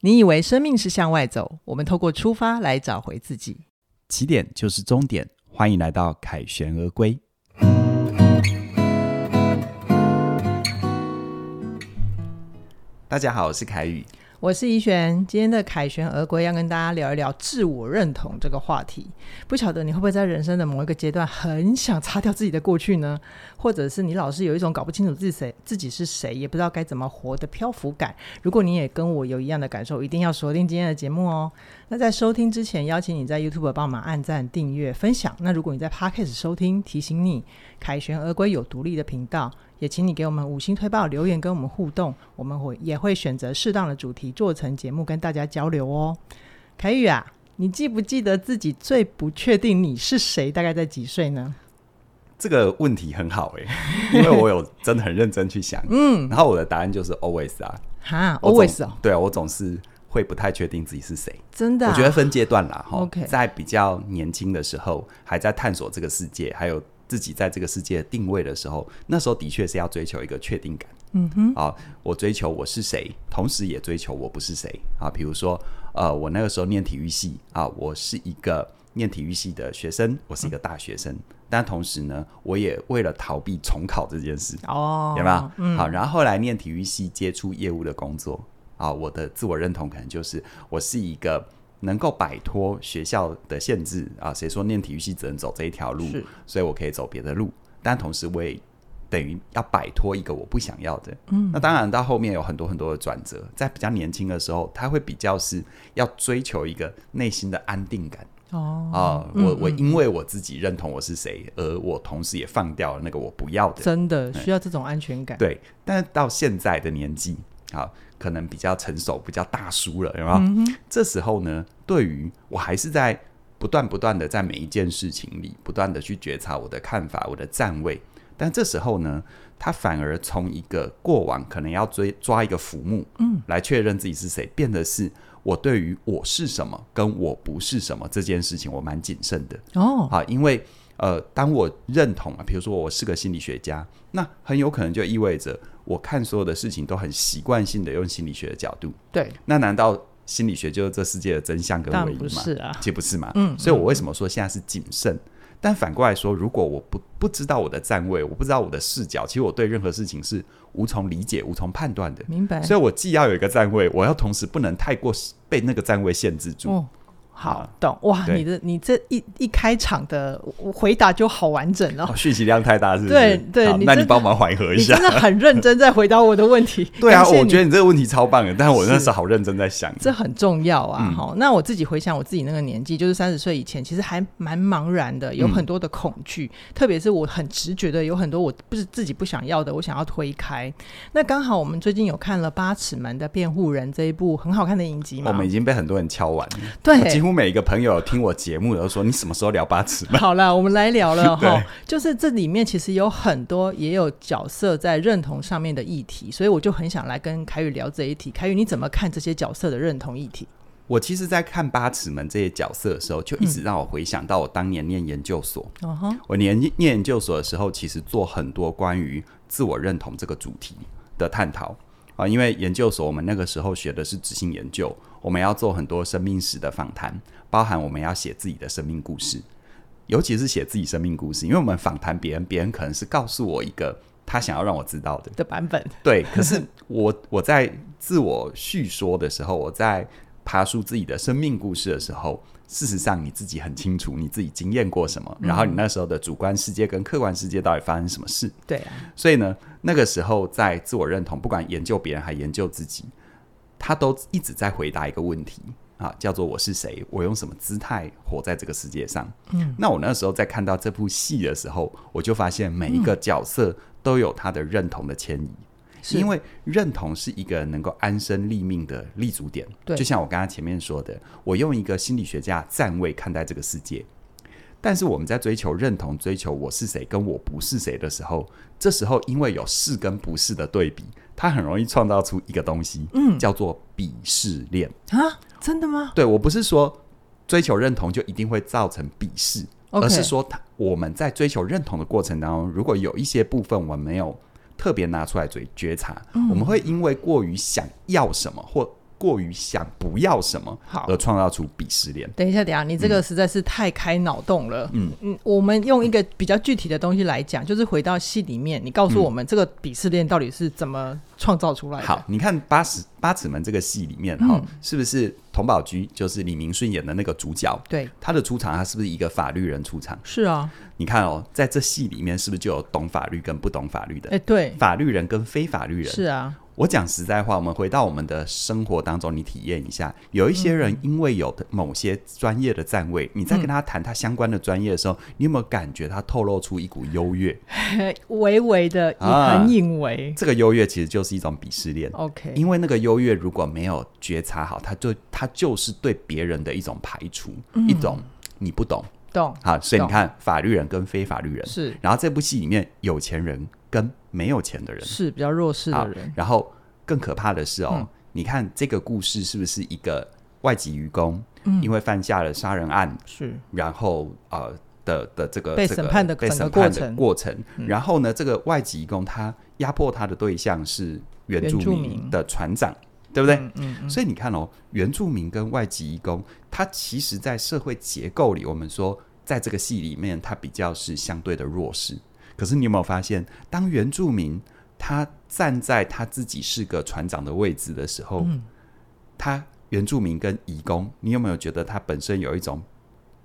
你以为生命是向外走，我们透过出发来找回自己。起点就是终点，欢迎来到凯旋而归。大家好，我是凯宇。我是怡璇，今天的凯旋而归要跟大家聊一聊自我认同这个话题。不晓得你会不会在人生的某一个阶段很想擦掉自己的过去呢？或者是你老是有一种搞不清楚自己谁自己是谁，也不知道该怎么活的漂浮感？如果你也跟我有一样的感受，一定要锁定今天的节目哦。那在收听之前，邀请你在 YouTube 帮忙按赞、订阅、分享。那如果你在 Podcast 收听，提醒你凯旋而归有独立的频道。也请你给我们五星推报留言，跟我们互动，我们会也会选择适当的主题做成节目跟大家交流哦。凯宇啊，你记不记得自己最不确定你是谁，大概在几岁呢？这个问题很好哎、 因为我有真的很认真去想， 嗯，然后我的答案就是 always 啊哈我总，always 哦，对啊，我总是会不太确定自己是谁。真的啊、我觉得分阶段啦，哈 OK 在比较年轻的时候，还在探索这个世界，还有自己在这个世界的定位的时候，那时候的确是要追求一个确定感。嗯哼，啊，我追求我是谁，同时也追求我不是谁啊。比如说，呃，我那个时候念体育系啊，我是一个念体育系的学生，我是一个大学生，但同时呢，我也为了逃避重考这件事，哦，有没有？好，然后后来念体育系，接触业务的工作啊，我的自我认同可能就是我是一个能够摆脱学校的限制啊，谁说念体育系只能走这一条路是，所以我可以走别的路，但同时我也。等于要摆脱一个我不想要的，嗯，那当然到后面有很多很多的转折，在比较年轻的时候，他会比较是要追求一个内心的安定感，哦，啊，我我因为我自己认同我是谁，而我同时也放掉了那个我不要的，真的需要这种安全感。对，但是到现在的年纪，好，可能比较成熟、比较大叔了，有没有？这时候呢，对于我还是在不断不断的在每一件事情里，不断的去觉察我的看法、我的站位。但这时候呢，他反而从一个过往可能要追抓一个浮木，嗯，来确认自己是谁，变得是我对于我是什么跟我不是什么这件事情，我蛮谨慎的。哦，啊，因为呃，当我认同啊，比如说我是个心理学家，那很有可能就意味着我看所有的事情都很习惯性的用心理学的角度。对，那难道心理学就是这世界的真相跟当唯然一不吗？是啊，其实不是嘛。嗯所以我为什么说现在是谨慎？但反过来说，如果我不不知道我的站位，我不知道我的视角，其实我对任何事情是无从理解、无从判断的。明白。所以我既要有一个站位，我要同时不能太过被那个站位限制住。哦，好啊懂哇！对你的你这一一开场的回答就好完整哦哦，，讯息量太大，是不是？对对好你那真你帮忙缓和一你下。真。的很认真在回答我的问题 对啊，感谢我你觉得你这个问题超棒的，但我那时候好认真在想。这很重要嗯啊！哈、那我自己回想我自己那个年纪，就是三十岁以前，其实还蛮茫然的，有很多的恐惧，嗯特别是我很直觉的有很多我不是自己不想要的，我想要推开。那刚好我们最近有看了《八尺门的辩护人》这一部很好看的影集嘛， 我们已经被很多人敲完了，对，哦啊 几乎每一个朋友听我节目的都说：“你什么时候聊八尺门好了，我们来聊 了对哈，就是这里面其实有很多也有角色在认同上面的议题，所以我就很想来跟凯宇聊这一题。凯宇，你怎么看这些角色的认同议题？？”我其实，在看八尺门这些角色的时候，就一直让我回想到我当年念研究所。哦哈，我念念研究所的时候，其实做很多关于自我认同这个主题的探讨啊，因为研究所我们那个时候学的是执行研究，我们要做很多生命史的访谈，包含我们要写自己的生命故事，尤其是写自己生命故事，因为我们访谈别人，别人可能是告诉我一个他想要让我知道的，的版本对，可是我我在自我叙说的时候，我在爬树自己的生命故事的时候，事实上你自己很清楚你自己经验过什么，然后你那时候的主观世界跟客观世界到底发生什么事。对啊，所以呢，那个时候在自我认同，不管研究别人还研究自己，他都一直在回答一个问题啊，叫做我是谁，我用什么姿态活在这个世界上。嗯，那我那时候在看到这部戏的时候，我就发现每一个角色都有他的认同的迁移。是因为认同是一个人能够安身立命的立足点。对就像我刚刚前面说的，我用一个心理学家的站位看待这个世界。但是我们在追求认同、追求我是谁跟我不是谁的时候，这时候因为有是跟不是的对比，它很容易创造出一个东西，嗯，叫做鄙视链。啊，真的吗对我不是说追求认同就一定会造成鄙视， ？OK，而呃是说他我们在追求认同的过程当中，如果有一些部分嗯我们没有特别拿出来追觉察，我们会因为过于想要什么或过于想不要什么好而，创造出鄙视链。等一下，等一下，你这个实在是太开脑洞了。嗯嗯，我们用一个比较具体的东西来讲，就是回到戏里面，你告诉我们这个鄙视链到底是怎么创造出来的？好，，你看八十八尺门这个戏里面哈、嗯是不是佟宝驹就是李明顺演的那个主角？对，他的出场，他是不是一个法律人出场？是啊，你看哦，在这戏里面是不是就有懂法律跟不懂法律的？哎、对，法律人跟非法律人是啊， 我讲实在话，我们回到我们的生活当中，你体验一下，有一些嗯人因为有的某些专业的站位，你在跟他谈他相关的专业的时候，你有没有感觉他透露出一股优越？微微的，啊很隐微。这个优越其实就是一种鄙视链， OK，啊因为那个优越如果没有觉察好，他就他就是对别人的一种排除，一种你不懂懂，好，所以嗯你懂看，法律人跟非法律人，是然后这部戏里面有钱人跟没有钱的人，是比较弱势好的人，然后更可怕的是哦，嗯你看这个故事是不是一个外籍渔工，嗯因为犯下了杀人案，是然后呃的的这个被这个审判的被整个审判过的程嗯过程，然后呢，这个外籍渔工他压迫他的对象是原原住住民民的船长，对不对？嗯嗯嗯，所以你看哦，原住民跟外籍移工，他其实在社会结构里，我们说在这个戏里面，他比较是相对的弱势。可是你有没有发现，当原住民他站在他自己是个船长的位置的时候，嗯他原住民跟移工，你有没有觉得他本身有一种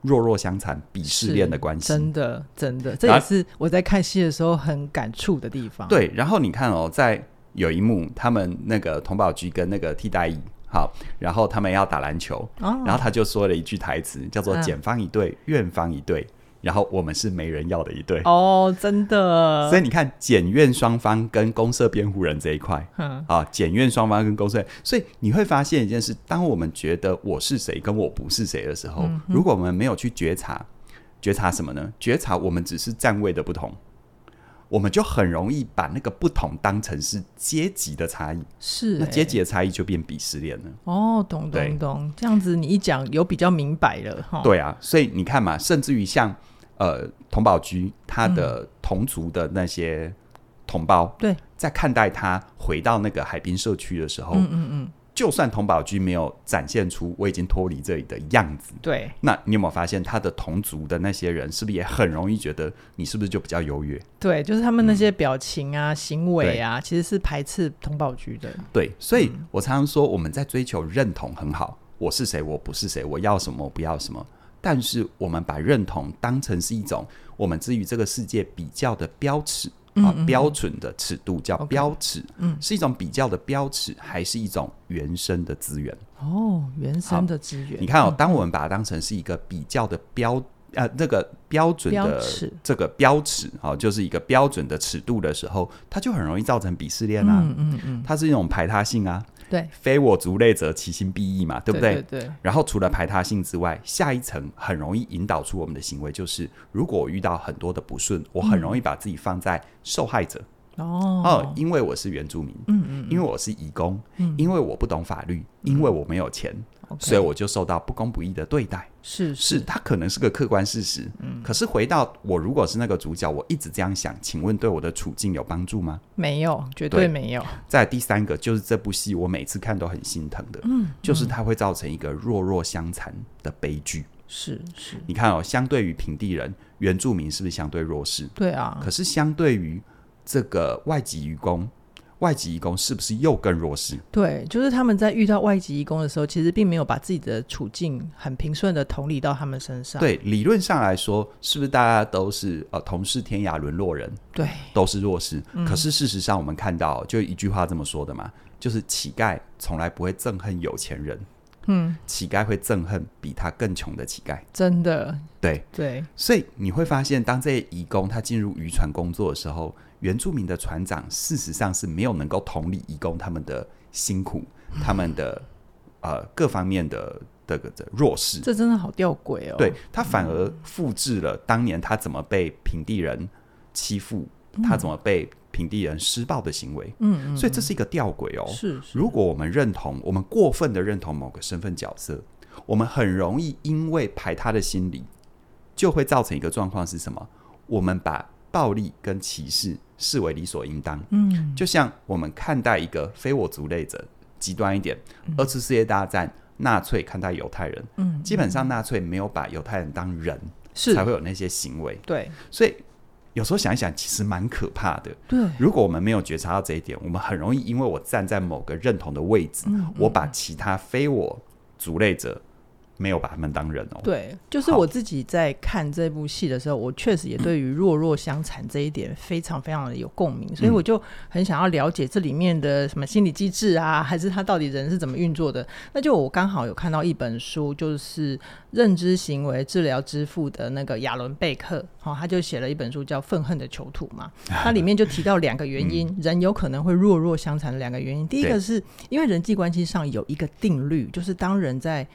弱弱相残、鄙视链的关系？真的真的，这然也后是我在看戏的时候很感触的地方。，对，然后你看哦，在有一幕，他们那个童宝驹跟那个替代役，好，然后他们要打篮球，啊，然后他就说了一句台词，叫做“嗯检方一队，院方一队”，然后我们是没人要的一队。哦，真的，所以你看，检院双方跟公社辩护人这一块嗯，啊，检院双方跟公社，所以你会发现一件事：当我们觉得我是谁跟我不是谁的时候，如果我们没有去觉察，觉察什么呢？觉察我们只是站位的不同，我们就很容易把那个不同当成是阶级的差异，是、那欸阶级的差异就变鄙视链了。哦，懂对懂懂，这样子你一讲有比较明白了哈。，对啊，所以你看嘛，甚至于像呃童宝驹他的同族的那些同胞，嗯对在看待他回到那个海滨社区的时候，嗯嗯嗯，就算童宝驹没有展现出我已经脱离这里的样子，对，那你有没有发现他的同族的那些人是不是也很容易觉得你是不是就比较优越？对，就是他们那些表情啊、行为嗯对啊，其实是排斥同保局的。对，所以嗯我常常说我们在追求认同很好，我是谁，我不是谁，我要什么，我不要什么。但是我们把认同当成是一种我们之于这个世界比较的标尺啊，标准的尺度叫嗯 OK 标尺，嗯是一种比较的标尺，还是一种原生的资源？哦，原嗯好生的资源，你看哦，当我们把它当成是一个比较的标呃那个标准标的尺这个标尺啊、哦，就是一个标准的尺度的时候，它就很容易造成鄙视链啊，嗯嗯嗯，它是一种排他性啊，对，非我族类者，其心必异嘛，对不对？对？对对，然后除了排他性之外，下一层很容易引导出我们的行为，就是如果我遇到很多的不顺，我很容易把自己放在受害者哦，哦，因为我是原住民，嗯嗯因为我是移工，因为我不懂法律，因为我没有钱， ，OK，所以我就受到不公不义的对待。是是，它可能是个客观事实，可是回到我如果是那个主角，我一直这样想，请问对我的处境有帮助吗？没有，绝对对没有，再第三个就是这部戏，我每次看都很心疼的，嗯，就是它会造成一个弱弱相残的悲剧。是是，你看哦，相对于平地人，原住民是不是相对弱势？对啊，可是相对于这个外籍渔工，外籍渔工是不是又更弱势？对，就是他们在遇到外籍义工的时候，其实并没有把自己的处境很平顺的同理到他们身上。对，理论上来说，是不是大家都是呃同是天涯沦落人，对，都是弱势？可是事实上，我们看到就一句话这么说的嘛，就是乞丐从来不会憎恨有钱人，嗯，乞丐会憎恨比他更穷的乞丐。真的，对，对，所以你会发现，当这些移工他进入渔船工作的时候，原住民的船长事实上是没有能够同理移工他们的辛苦，他们的呃各方面的呃的的的弱势。这真的好吊诡哦。对他反而复制了当年他怎么被平地人欺负，他怎么被平地人施暴的行为。嗯，嗯所以这是一个吊诡哦。是是如果我们认同，我们过分的认同某个身份角色，我们很容易因为排他的心理，就会造成一个状况是什么？我们把暴力跟歧视视为理所应当。嗯，就像我们看待一个非我族类者极端一点，二次世界大战纳粹看待犹太人，嗯，基本上纳粹没有把犹太人当人，是才会有那些行为。对所以有时候想一想，其实蛮可怕的。对，如果我们没有觉察到这一点，我们很容易因为我站在某个认同的位置，嗯我把其他非我族类者没有把他们当人哦。对，就是好我自己在看这部戏的时候，我确实也对于弱弱相残这一点非常非常的有共鸣，嗯所以我就很想要了解这里面的什么心理机制啊，还是他到底人是怎么运作的。那就我刚好有看到一本书，就是《认知行为治疗之父》的那个亚伦贝克，好、哦，他就写了一本书叫《愤恨的囚徒》 嘛，它里面就提到两个原因，人有可能会弱弱相残的两个原因，第一个嗯对是因为人际关系上有一个定律，就是当人在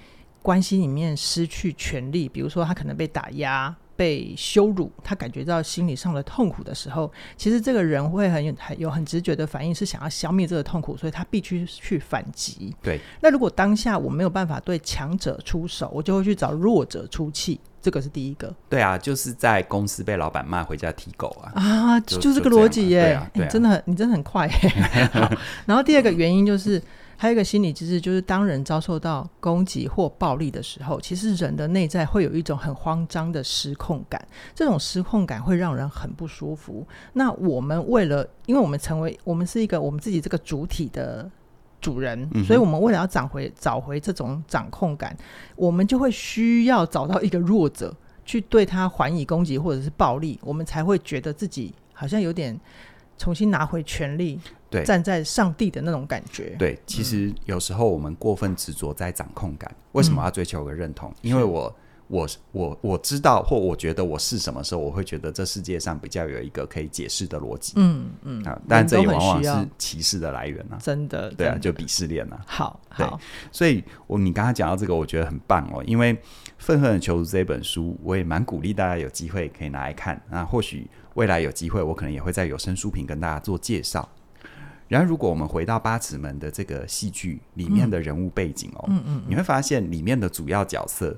关系里面失去权利，比如说他可能被打压、被羞辱，他感觉到心理上的痛苦的时候，其实这个人会很有很有很直觉的反应是想要消灭这个痛苦，所以他必须去反击。对，那如果当下我没有办法对强者出手，我就会去找弱者出气，这个是第一个对啊，就是在公司被老板骂，回家踢狗啊。啊，就就这个就这逻样辑嘛耶，对啊你对啊真的很你真的很 快耶。好然后第二个原因就是。还有一个心理机制，就是当人遭受到攻击或暴力的时候，其实人的内在会有一种很慌张的失控感，这种失控感会让人很不舒服。那我们为了，因为我们成为我们是一个我们自己这个主体的主人，嗯哼所以我们为了要找回找回这种掌控感，我们就会需要找到一个弱者去对他还以攻击或者是暴力，我们才会觉得自己好像有点重新拿回权利，对站在上帝的那种感觉。对，其嗯实有时候我们过分执着在掌控感，为什么要追求个认同？因为我我我我知道或我觉得我是什么时候，我会觉得这世界上比较有一个可以解释的逻辑、嗯嗯，啊，但这也人都往很往需要是歧视的来源啊。真的，对啊，真的就鄙视链啊。好对好，所以我你刚刚讲到这个，我觉得很棒哦，因为《愤恨的囚徒》这本书，我也蛮鼓励大家有机会可以拿来看。那或许未来有机会，我可能也会在有声书评跟大家做介绍。然而，如果我们回到八尺门的这个戏剧里面的人物背景哦，嗯嗯，你会发现里面的主要角色，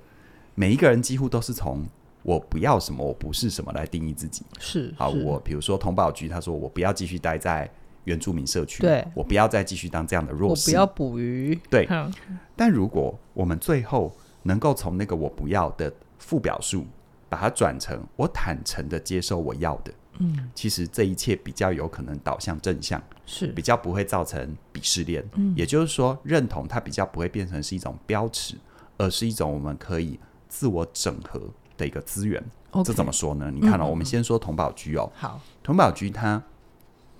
每一个人几乎都是从我不要什么，我不是什么来定义自己。是好，是我比如说童保局，他说我不要继续待在原住民社区，对我不要再继续当这样的弱我势，不要捕鱼，嗯对哼但如果我们最后能够从那个我不要的副表述，把它转成我坦诚的接受我要的，嗯，其实这一切比较有可能导向正向，是比较不会造成鄙视链。嗯、也就是说，认同它比较不会变成是一种标尺，而是一种我们可以自我整合的一个资源。 OK，这怎么说呢？你看嗯哦，嗯我们先说童宝居哦，好？童宝居他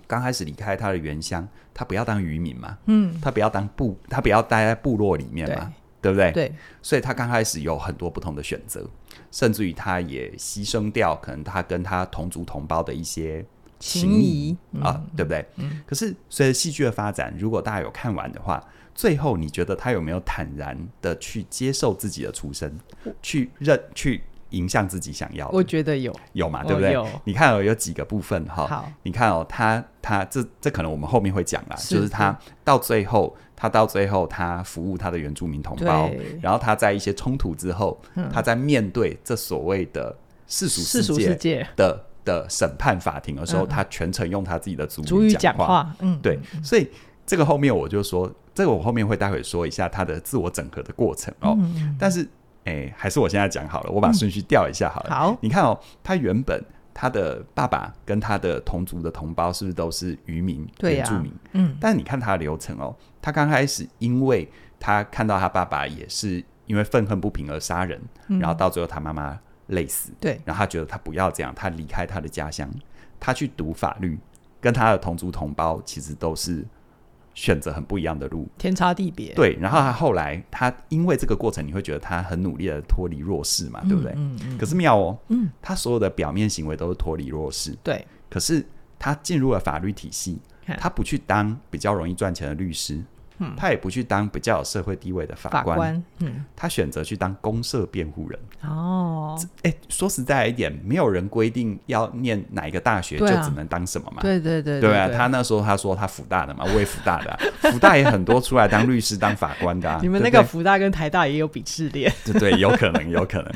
刚开始离开他的原乡，他不要当渔民嘛，嗯，他不要当部，他不要待在部落里面嘛，对不对？对，所以他刚开始有很多不同的选择，甚至于他也牺牲掉可能他跟他同族同胞的一些情情谊啊，对不对？嗯可是随着戏剧的发展，如果大家有看完的话，最后你觉得他有没有坦然的去接受自己的出身，去认去迎向自己想要我的？觉得有，有嘛？我对不对有？你看哦，有几个部分哈、好，你看哦，他他这这可能我们后面会讲啦，是就是他到最后，他到最后他服务他的原住民同胞对，嗯然后他在一些冲突之后，他在面对这所谓的世俗世世俗界世界，的的审判法庭的时候，嗯他全程用他自己的族主语讲话，话，嗯，对，所以这个后面我就说，这个我后面会待会说一下他的自我整合的过程哦，嗯，嗯但是诶，还是我现在讲好了，我把顺序调一下好了。好，你看哦，他原本他的爸爸跟他的同族的同胞是不是都是渔民、对原呀住民？嗯，但你看他的流程哦，他刚开始因为他看到他爸爸也是因为愤恨不平而杀人，嗯然后到最后他妈妈累死，对，然后他觉得他不要这样，他离开他的家乡，他去读法律，跟他的同族同胞其实都是选择很不一样的路。天差地别，对，然后他后来他因为这个过程，你会觉得他很努力的脱离弱势嘛，嗯，啊对不对？嗯嗯，可是妙哦，嗯，他所有的表面行为都是脱离弱势，对，可是他进入了法律体系嗯，他不去当比较容易赚钱的律师，嗯他也不去当比较有社会地位的法法官，官，嗯，他选择去当公社辩护人。哦，哎，说实在一点，没有人规定要念哪一个大学就对啊只能当什么嘛。对对对对啊，他那时候他说他福大的嘛，我也福大的啊、福大也很多出来当律师、当法官的、啊。 你们那对不对个福大跟台大也有鄙视链， 对对，有可能，有可能。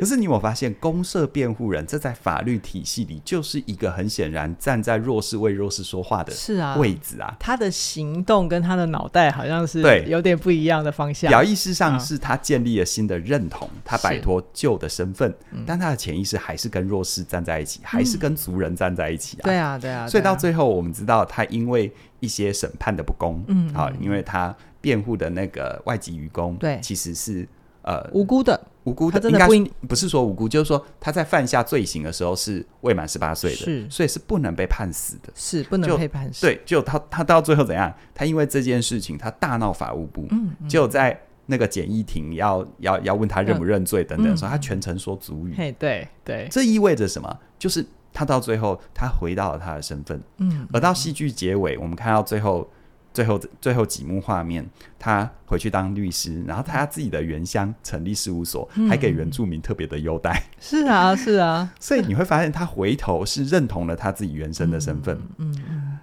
可是你有没有发现，公社辩护人这在法律体系里就是一个很显然站在弱势为弱势说话的是啊位置啊。他的行动跟他的脑袋代好像是对有点不一样的方向。表意识上啊是他建立了新的认同，他摆脱旧的身份，嗯但他的潜意识还是跟弱势站在一起，还是跟族人站在一起啊。对啊，对啊，所以对啊到最后，我们知道他因为一些审判的不公，嗯好、因为他辩护的那个外籍愚公，对其实是呃无辜的，无辜他的，真的应该不是应不是说无辜，就是说他在犯下罪行的时候是未满十八岁是的，所以是不能被判死的。是不能就配判死。对，就他他到最后怎样？他因为这件事情，他大闹法务部，嗯，嗯，就在那个简易庭要要要问他认不认罪等等的时候，嗯他全程说族语，嘿，对对，这意味着什么？就是他到最后他回到了他的身份，嗯，而到戏剧结尾，我们看到最后最后最后几幕画面，他回去当律师，然后他自己的原乡成立事务所，嗯还给原住民特别的优待，是啊，是啊，所以你会发现他回头是认同了他自己原生的身份。嗯，嗯，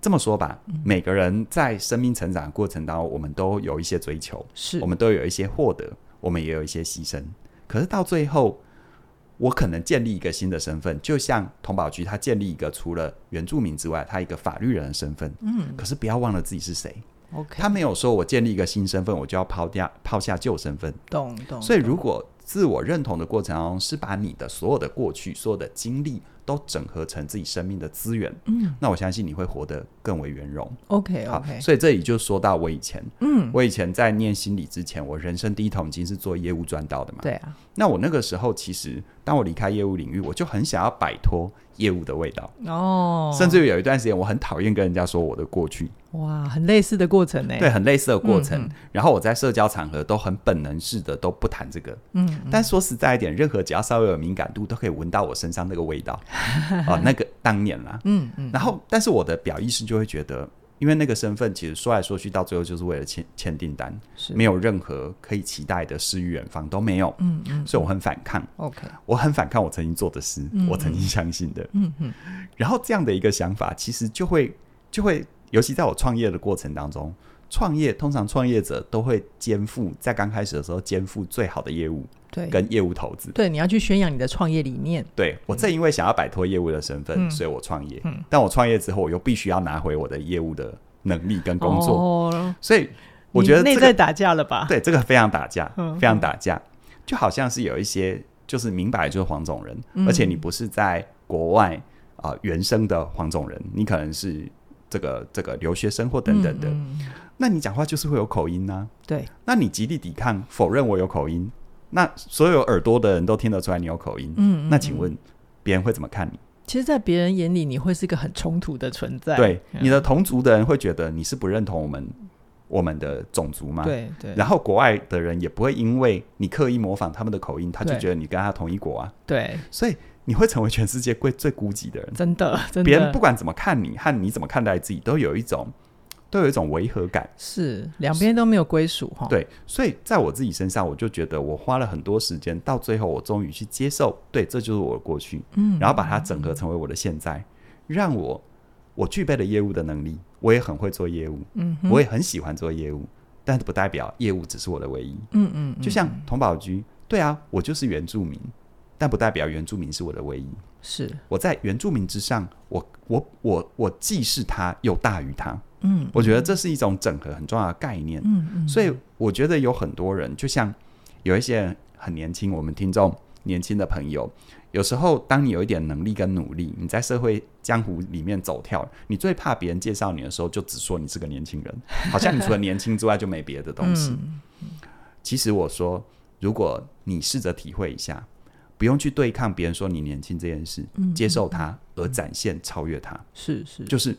这么说吧，每个人在生命成长的过程当中，我们都有一些追求，是我们都有一些获得，我们也有一些牺牲。可是到最后，我可能建立一个新的身份，就像童保局他建立一个除了原住民之外，他一个法律人的身份。嗯可是不要忘了自己是谁。 ，OK，他没有说我建立一个新身份，我就要抛掉抛下旧身份。懂懂。所以，哦懂如果自我认同的过程当中是把你的所有的过去、所有的经历都整合成自己生命的资源，嗯那我相信你会活得更为圆融。 ，OK 好 OK，所以这里就说到我以前，嗯，我以前在念心理之前，我人生第一桶金是做业务赚到的嘛。对啊，那我那个时候其实，当我离开业务领域，我就很想要摆脱业务的味道，哦，甚至于有一段时间，我很讨厌跟人家说我的过去，哇，很类似的过程呢。对，，很类似的过程。嗯然后我在社交场合都很本能式的都不谈这个。嗯，但说实在一点，任何只要稍微有敏感度，都可以闻到我身上那个味道。哦，那个当年啦，嗯嗯， 然后，但是我的表意识就会觉得，因为那个身份其实说来说去，到最后就是为了签签订单，是没有任何可以期待的诗与远方都没有，嗯嗯所以我很反抗， ，OK，我很反抗我曾经做的事，嗯我曾经相信的。嗯嗯，然后这样的一个想法，其实就会就会，尤其在我创业的过程当中。创业通常创业者都会肩负在刚开始的时候肩负最好的业务对，跟业务投资，对，你要去宣扬你的创业理念。对我正因为想要摆脱业务的身份，嗯所以我创业。嗯但我创业之后，我又必须要拿回我的业务的能力跟工作，哦、所以我觉得你内这在个打架了吧？对这个非常打架，嗯非常打架，就好像是有一些就是明摆就是黄种人，嗯而且你不是在国外啊、呃原生的黄种人，你可能是这个这个留学生或等等的，嗯嗯那你讲话就是会有口音呢、对，那你极力抵抗，否认我有口音，那所有耳朵的人都听得出来你有口音，嗯，嗯那请嗯问别人会怎么看你？其实，在别人眼里，你会是一个很冲突的存在。对，嗯你的同族的人会觉得你是不认同我们我们的种族吗？。对对，然后国外的人也不会因为你刻意模仿他们的口音，他就对觉得你跟他同一国啊，对，所以你会成为全世界最最孤寂的人。真的真的，别人不管怎么看你和你怎么看待自己，都有一种都有一种违和感。是两边都没有归属哈。，对，所以在我自己身上，我就觉得我花了很多时间，到最后我终于去接受，对，这就是我的过去，嗯，然后把它整合成为我的现在，让我我具备了业务的能力，我也很会做业务，嗯哼，我也很喜欢做业务，但不代表业务只是我的唯一。嗯嗯，嗯就像童宝居，对啊，我就是原住民，但不代表原住民是我的唯一。是我在原住民之上，我我我我既是他又大于他。嗯我觉得这是一种整合很重要的概念。嗯嗯，所以我觉得有很多人，就像有一些人很年轻，我们听众年轻的朋友，有时候当你有一点能力跟努力，你在社会江湖里面走跳，你最怕别人介绍你的时候就只说你是个年轻人，好像你除了年轻之外就没别的东西。嗯 其实我说，如果你试着体会一下，不用去对抗别人说你年轻这件事，嗯接受它而展现超越它，是是就是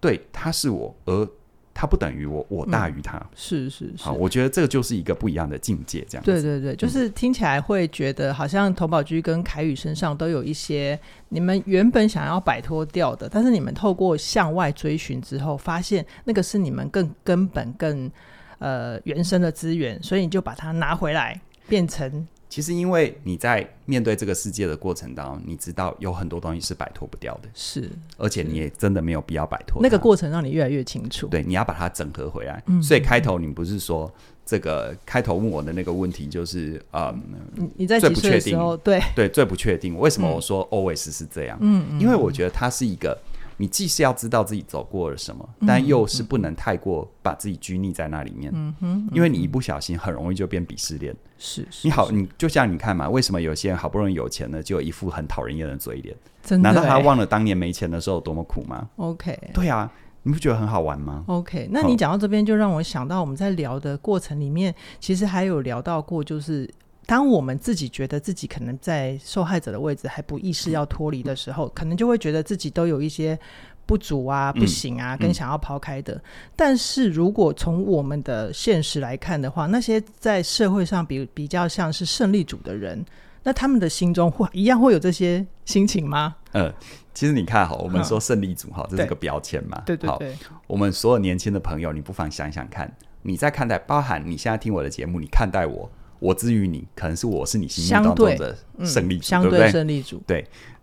对他是我，而他不等于我，我大嗯于他。是是是好，。我觉得这个就是一个不一样的境界，这样子对对对，嗯就是听起来会觉得好像童宝驹跟凯宇身上都有一些你们原本想要摆脱掉的，但是你们透过向外追寻之后，发现那个是你们更根本、更呃原生的资源，所以你就把它拿回来，变成其实，因为你在面对这个世界的过程当中，你知道有很多东西是摆脱不掉的，是而且你也真的没有必要摆脱那个它过程，让你越来越清楚。对，你要把它整合回来。嗯所以开头你不是说这个开头问我的那个问题就是，嗯，你你在最几不岁的确时候，对，对，最不确定。为什么我说 always 是这样？嗯嗯，嗯因为我觉得它是一个你既是要知道自己走过了什么，但又是不能太过把自己拘泥在那里面，嗯哼，因为你一不小心很容易就变鄙视链。是是你好，你就像你看嘛，为什么有些人好不容易有钱了，就有一副很讨人厌的嘴脸？真的、难道他欸、忘了当年没钱的时候有多么苦吗？ ？OK 对啊，你不觉得很好玩吗？ OK，那你讲到这边，就让我想到我们在聊的过程里面，其实还有聊到过，就是当我们自己觉得自己可能在受害者的位置还不意嗯识要脱离的时候，可能就会觉得自己都有一些不足啊、嗯不行啊，跟想要抛开的。但是如果从我们的现实来看的话，那些在社会上比比较像是胜利组的人。那他们的心中会一样会有这些心情吗？嗯，其实你看哈，我们嗯说胜利组哈，这是对个标签嘛。对对好，对，我们所有年轻的朋友，你不妨想想看，你在看待，包含你现在听我的节目，你看待我，我之于你，可能是我是你心目当中的嗯胜利组，相对不对对？胜利组，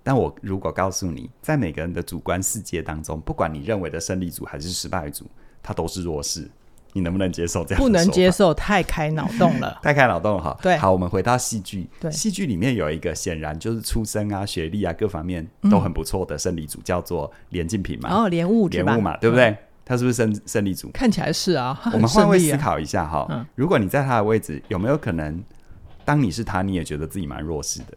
但我如果告诉你，在每个人的主观世界当中，不管你认为的胜利组还是失败组，它都是弱势，你能不能接受这样的不能说法接受，太开脑洞了。太开脑洞了哈。对好，我们回到戏剧。对戏剧里面有一个显然就是出身啊、学历啊各方面都很不错的胜利组，叫做连晋平嘛，然后哦莲雾是莲吧？雾嘛，对不嗯？对？他是不是胜胜利组？看起来是啊，他 我很们换胜位利思啊。考一下哈、嗯如果你在他的位置，有没有可能，当你是他，你也觉得自己蛮弱势的？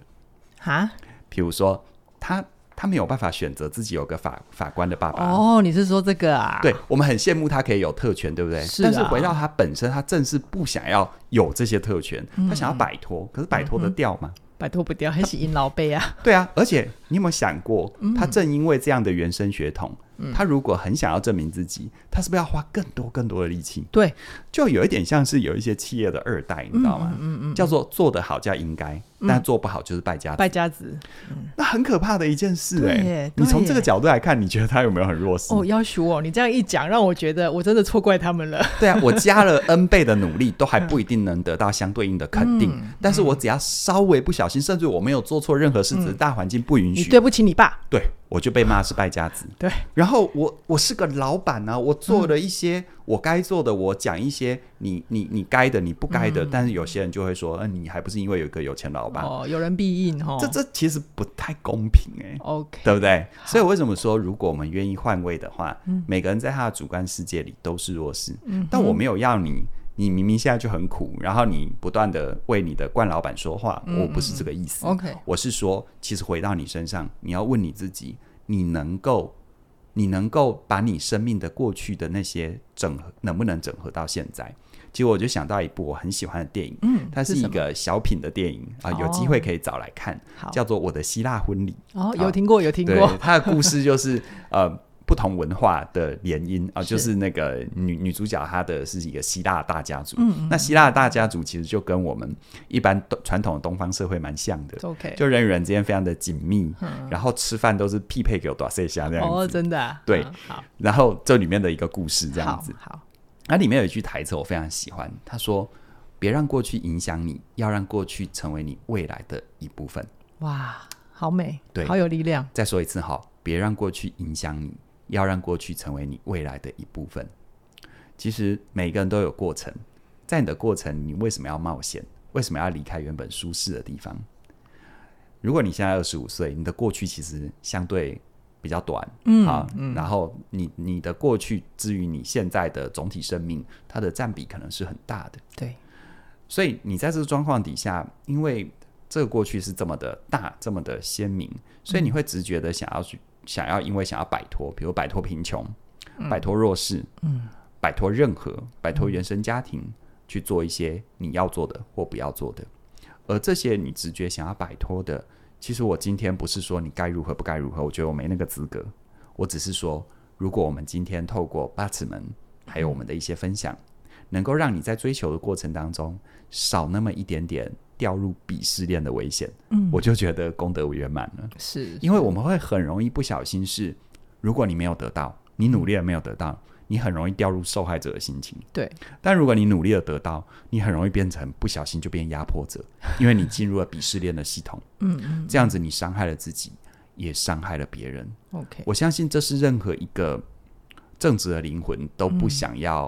啊哈，比如说，他他没有办法选择自己有个法法官的爸爸。哦，你是说这个啊？啊对，我们很羡慕他可以有特权，对不对？是但是啊回到他本身，他正是不想要有这些特权，嗯他想要摆脱，可是摆脱得掉吗？摆脱不掉，还是赢老辈啊？ 对啊，而且你有没有想过，他正因为这样的原生血统，他如果很想要证明自己，他是不是要花更多更多的力气？对，就有一点像是有一些企业的二代，你知道吗？嗯嗯叫做做得好叫应该，但做不好就是败家子，败家子那很可怕的一件嗯事对哎、耶你对从这个耶角度来看，你觉得他有没有很弱势？哦，要求我，你这样一讲，让我觉得我真的错怪他们了。对啊，我加了 N 倍的努力，都还不一定能得到相对应的肯定。但是我只要稍微不小心，甚至我没有做错任何事，只是大环境不允你许，对不起你爸，对我就被骂是败家子。 对，嗯然后我我是个老板啊，我做了一些我该做的，我讲一些你你你该的，你不该的。但是有些人就会说，嗯、你还不是因为有一个有钱老板？嗯哦，有人必应哦。这这其实不太公平哎、 OK，对不对？所以为什么说，如果我们愿意换位的话，嗯每个人在他的主观世界里都是弱势。但我没有要你，你明明现在就很苦，然后你不断的为你的冠老板说话，我不是这个意思。嗯 OK 我是说，其实回到你身上，你要问你自己，你能够，你能够把你生命的过去的那些整合，能不能整合到现在？其实我就想到一部我很喜欢的电影，嗯，它是什一么个小品的电影啊、有机哦会可以找来看，好叫做《我的希腊婚礼》。哦，有听过，有听对，过。他的故事就是呃不同文化的联姻啊、就是是那个女女主角她的是一个希腊大家族。嗯那希腊大家族其实就跟我们一般东传统的东方社会蛮像的， OK，就人与人之间非常的紧密，然后吃饭都是匹配给我多少下这样子。嗯哦，真的啊。对嗯好，然后这里面的一个故事这样好子，，好，那里面有一句台词我非常喜欢，他说：“别让过去影响你，要让过去成为你未来的一部分。”哇，好美，对好有力量。再说一次哈，别让过去影响你，要让过去成为你未来的一部分。其实每个人都有过程，在你的过程，你为什么要冒险？为什么要离开原本舒适的地方？如果你现在二十五岁，你的过去其实相对比较短，嗯啊，然后你你的过去至于你现在的总体生命，它的占比可能是很大的。对，所以你在这个状况底下，因为这个过去是这么的大，这么的鲜明，所以你会直觉的想要去，想要因为想要摆脱，比如摆脱贫穷，摆脱弱势，嗯，摆脱任何，摆脱原生家庭，去做一些你要做的或不要做的。而这些你直觉想要摆脱的，其实我今天不是说你该如何不该如何，我觉得我没那个资格，我只是说，如果我们今天透过八尺门，还有我们的一些分享，能够让你在追求的过程当中少那么一点点掉入鄙视链的危险，嗯，我就觉得功德圆满了。是因为我们会很容易不小心是，如果你没有得到，你努力了没有得到，你很容易掉入受害者的心情。对，但如果你努力了得到，你很容易变成不小心就变压迫 者，因为你进入了鄙视链的系统。嗯嗯这样子，你伤害了自己，也伤害了别人。 ，OK，我相信这是任何一个正直的灵魂都不想要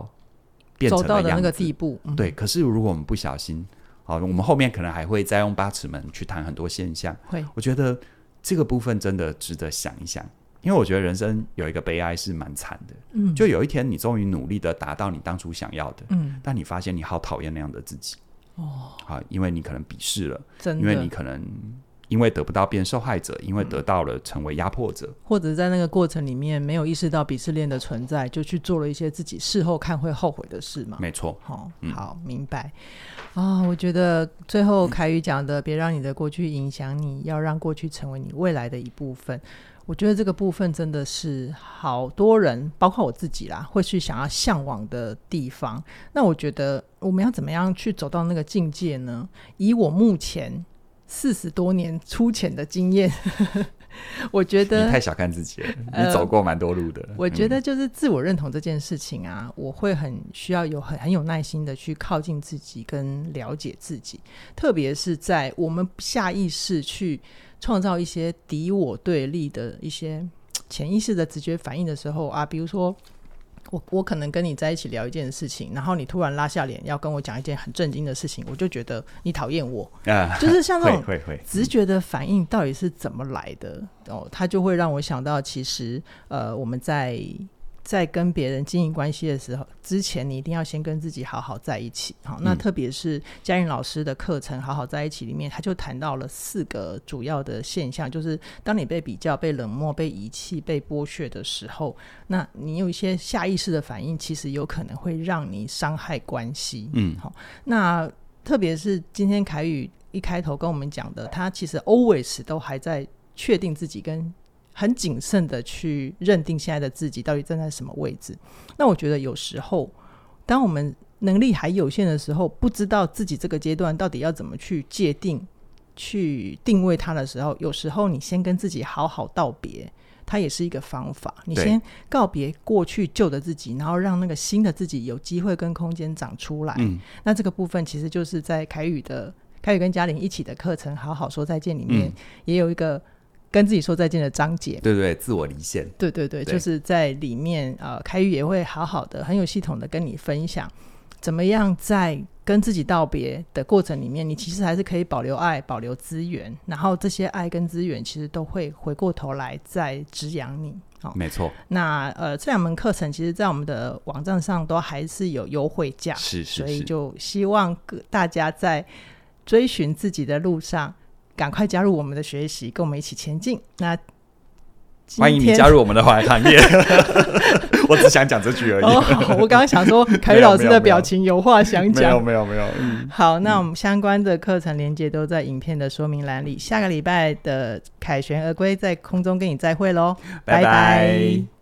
变嗯成走到的的样那子。个地步，嗯对，可是如果我们不小心，好，我们后面可能还会再用八尺门去谈很多现象。会我觉得这个部分真的值得想一想。因为我觉得人生有一个悲哀是蛮惨的，嗯，就有一天你终于努力的达到你当初想要的，嗯但你发现你好讨厌那样的自己哦，啊，因为你可能鄙视了，真的，因为你可能因为得不到变受害者，因为得到了成为压迫者，或者在那个过程里面没有意识到鄙视链的存在，就去做了一些自己事后看会后悔的事嘛。没错，好、嗯好，明白。啊、我觉得最后凯宇讲的，别让你的过去影响你，要让过去成为你未来的一部分。我觉得这个部分真的是好多人，包括我自己啦，会去想要向往的地方。那我觉得我们要怎么样去走到那个境界呢？以我目前四十多年粗浅的经验， 我觉你得太小看自己了，呃你走过蛮多路的。我觉嗯得就是自我认同这件事情啊，我会很需要有很很有耐心的去靠近自己跟了解自己，特别是在我们下意识去创造一些敌我对立的一些潜意识的直觉反应的时候啊，比如说。我我可能跟你在一起聊一件事情，然后你突然拉下脸要跟我讲一件很震惊的事情，我就觉得你讨厌我，啊，就是像这会种会会，直觉的反应到底是怎么来的？哦，它就会让我想到，其实呃，我们在在跟别人经营关系的时候，之前你一定要先跟自己好好在一起。好，那嗯特别是嘉颖老师的课程《好好在一起》里面，他就谈到了四个主要的现象，就是当你被比较、被冷漠、被遗弃、被剥削的时候，那你有一些下意识的反应，其实有可能会让你伤害关系。嗯好，那特别是今天凯宇一开头跟我们讲的，他其实 always 都还在确定自己跟。很谨慎的去认定现在的自己到底站在什么位置。那我觉得有时候，当我们能力还有限的时候，不知道自己这个阶段到底要怎么去界定、去定位它的时候，有时候你先跟自己好好道别，它也是一个方法。你对先告别过去旧的自己，然后让那个新的自己有机会跟空间长出来。嗯，那这个部分其实就是在凯宇的凯宇跟嘉玲一起的课程《好好说再见》里面、嗯也有一个跟自己说再见的章节。对对，自我离线，对对对，对就是在里面，呃，凯宇也会好好的、很有系统的跟你分享，怎么样在跟自己道别的过程里面，你其实还是可以保留爱、保留资源，然后这些爱跟资源其实都会回过头来再滋养你。好、没错，那呃，这两门课程其实，在我们的网站上都还是有优惠价，是是所以是，就希望各大家在追寻自己的路上，赶快加入我们的学习，跟我们一起前进。那今欢迎你天 加入我们的行行业。 我只想讲这句而哦，已，好，我刚刚想 说，凯宇老师的表情有话想没有讲。没有没有，嗯好，那我们相关的课程连接都在影片的说明栏里。下个礼拜的凯旋而归在空中跟你再会喽，拜拜拜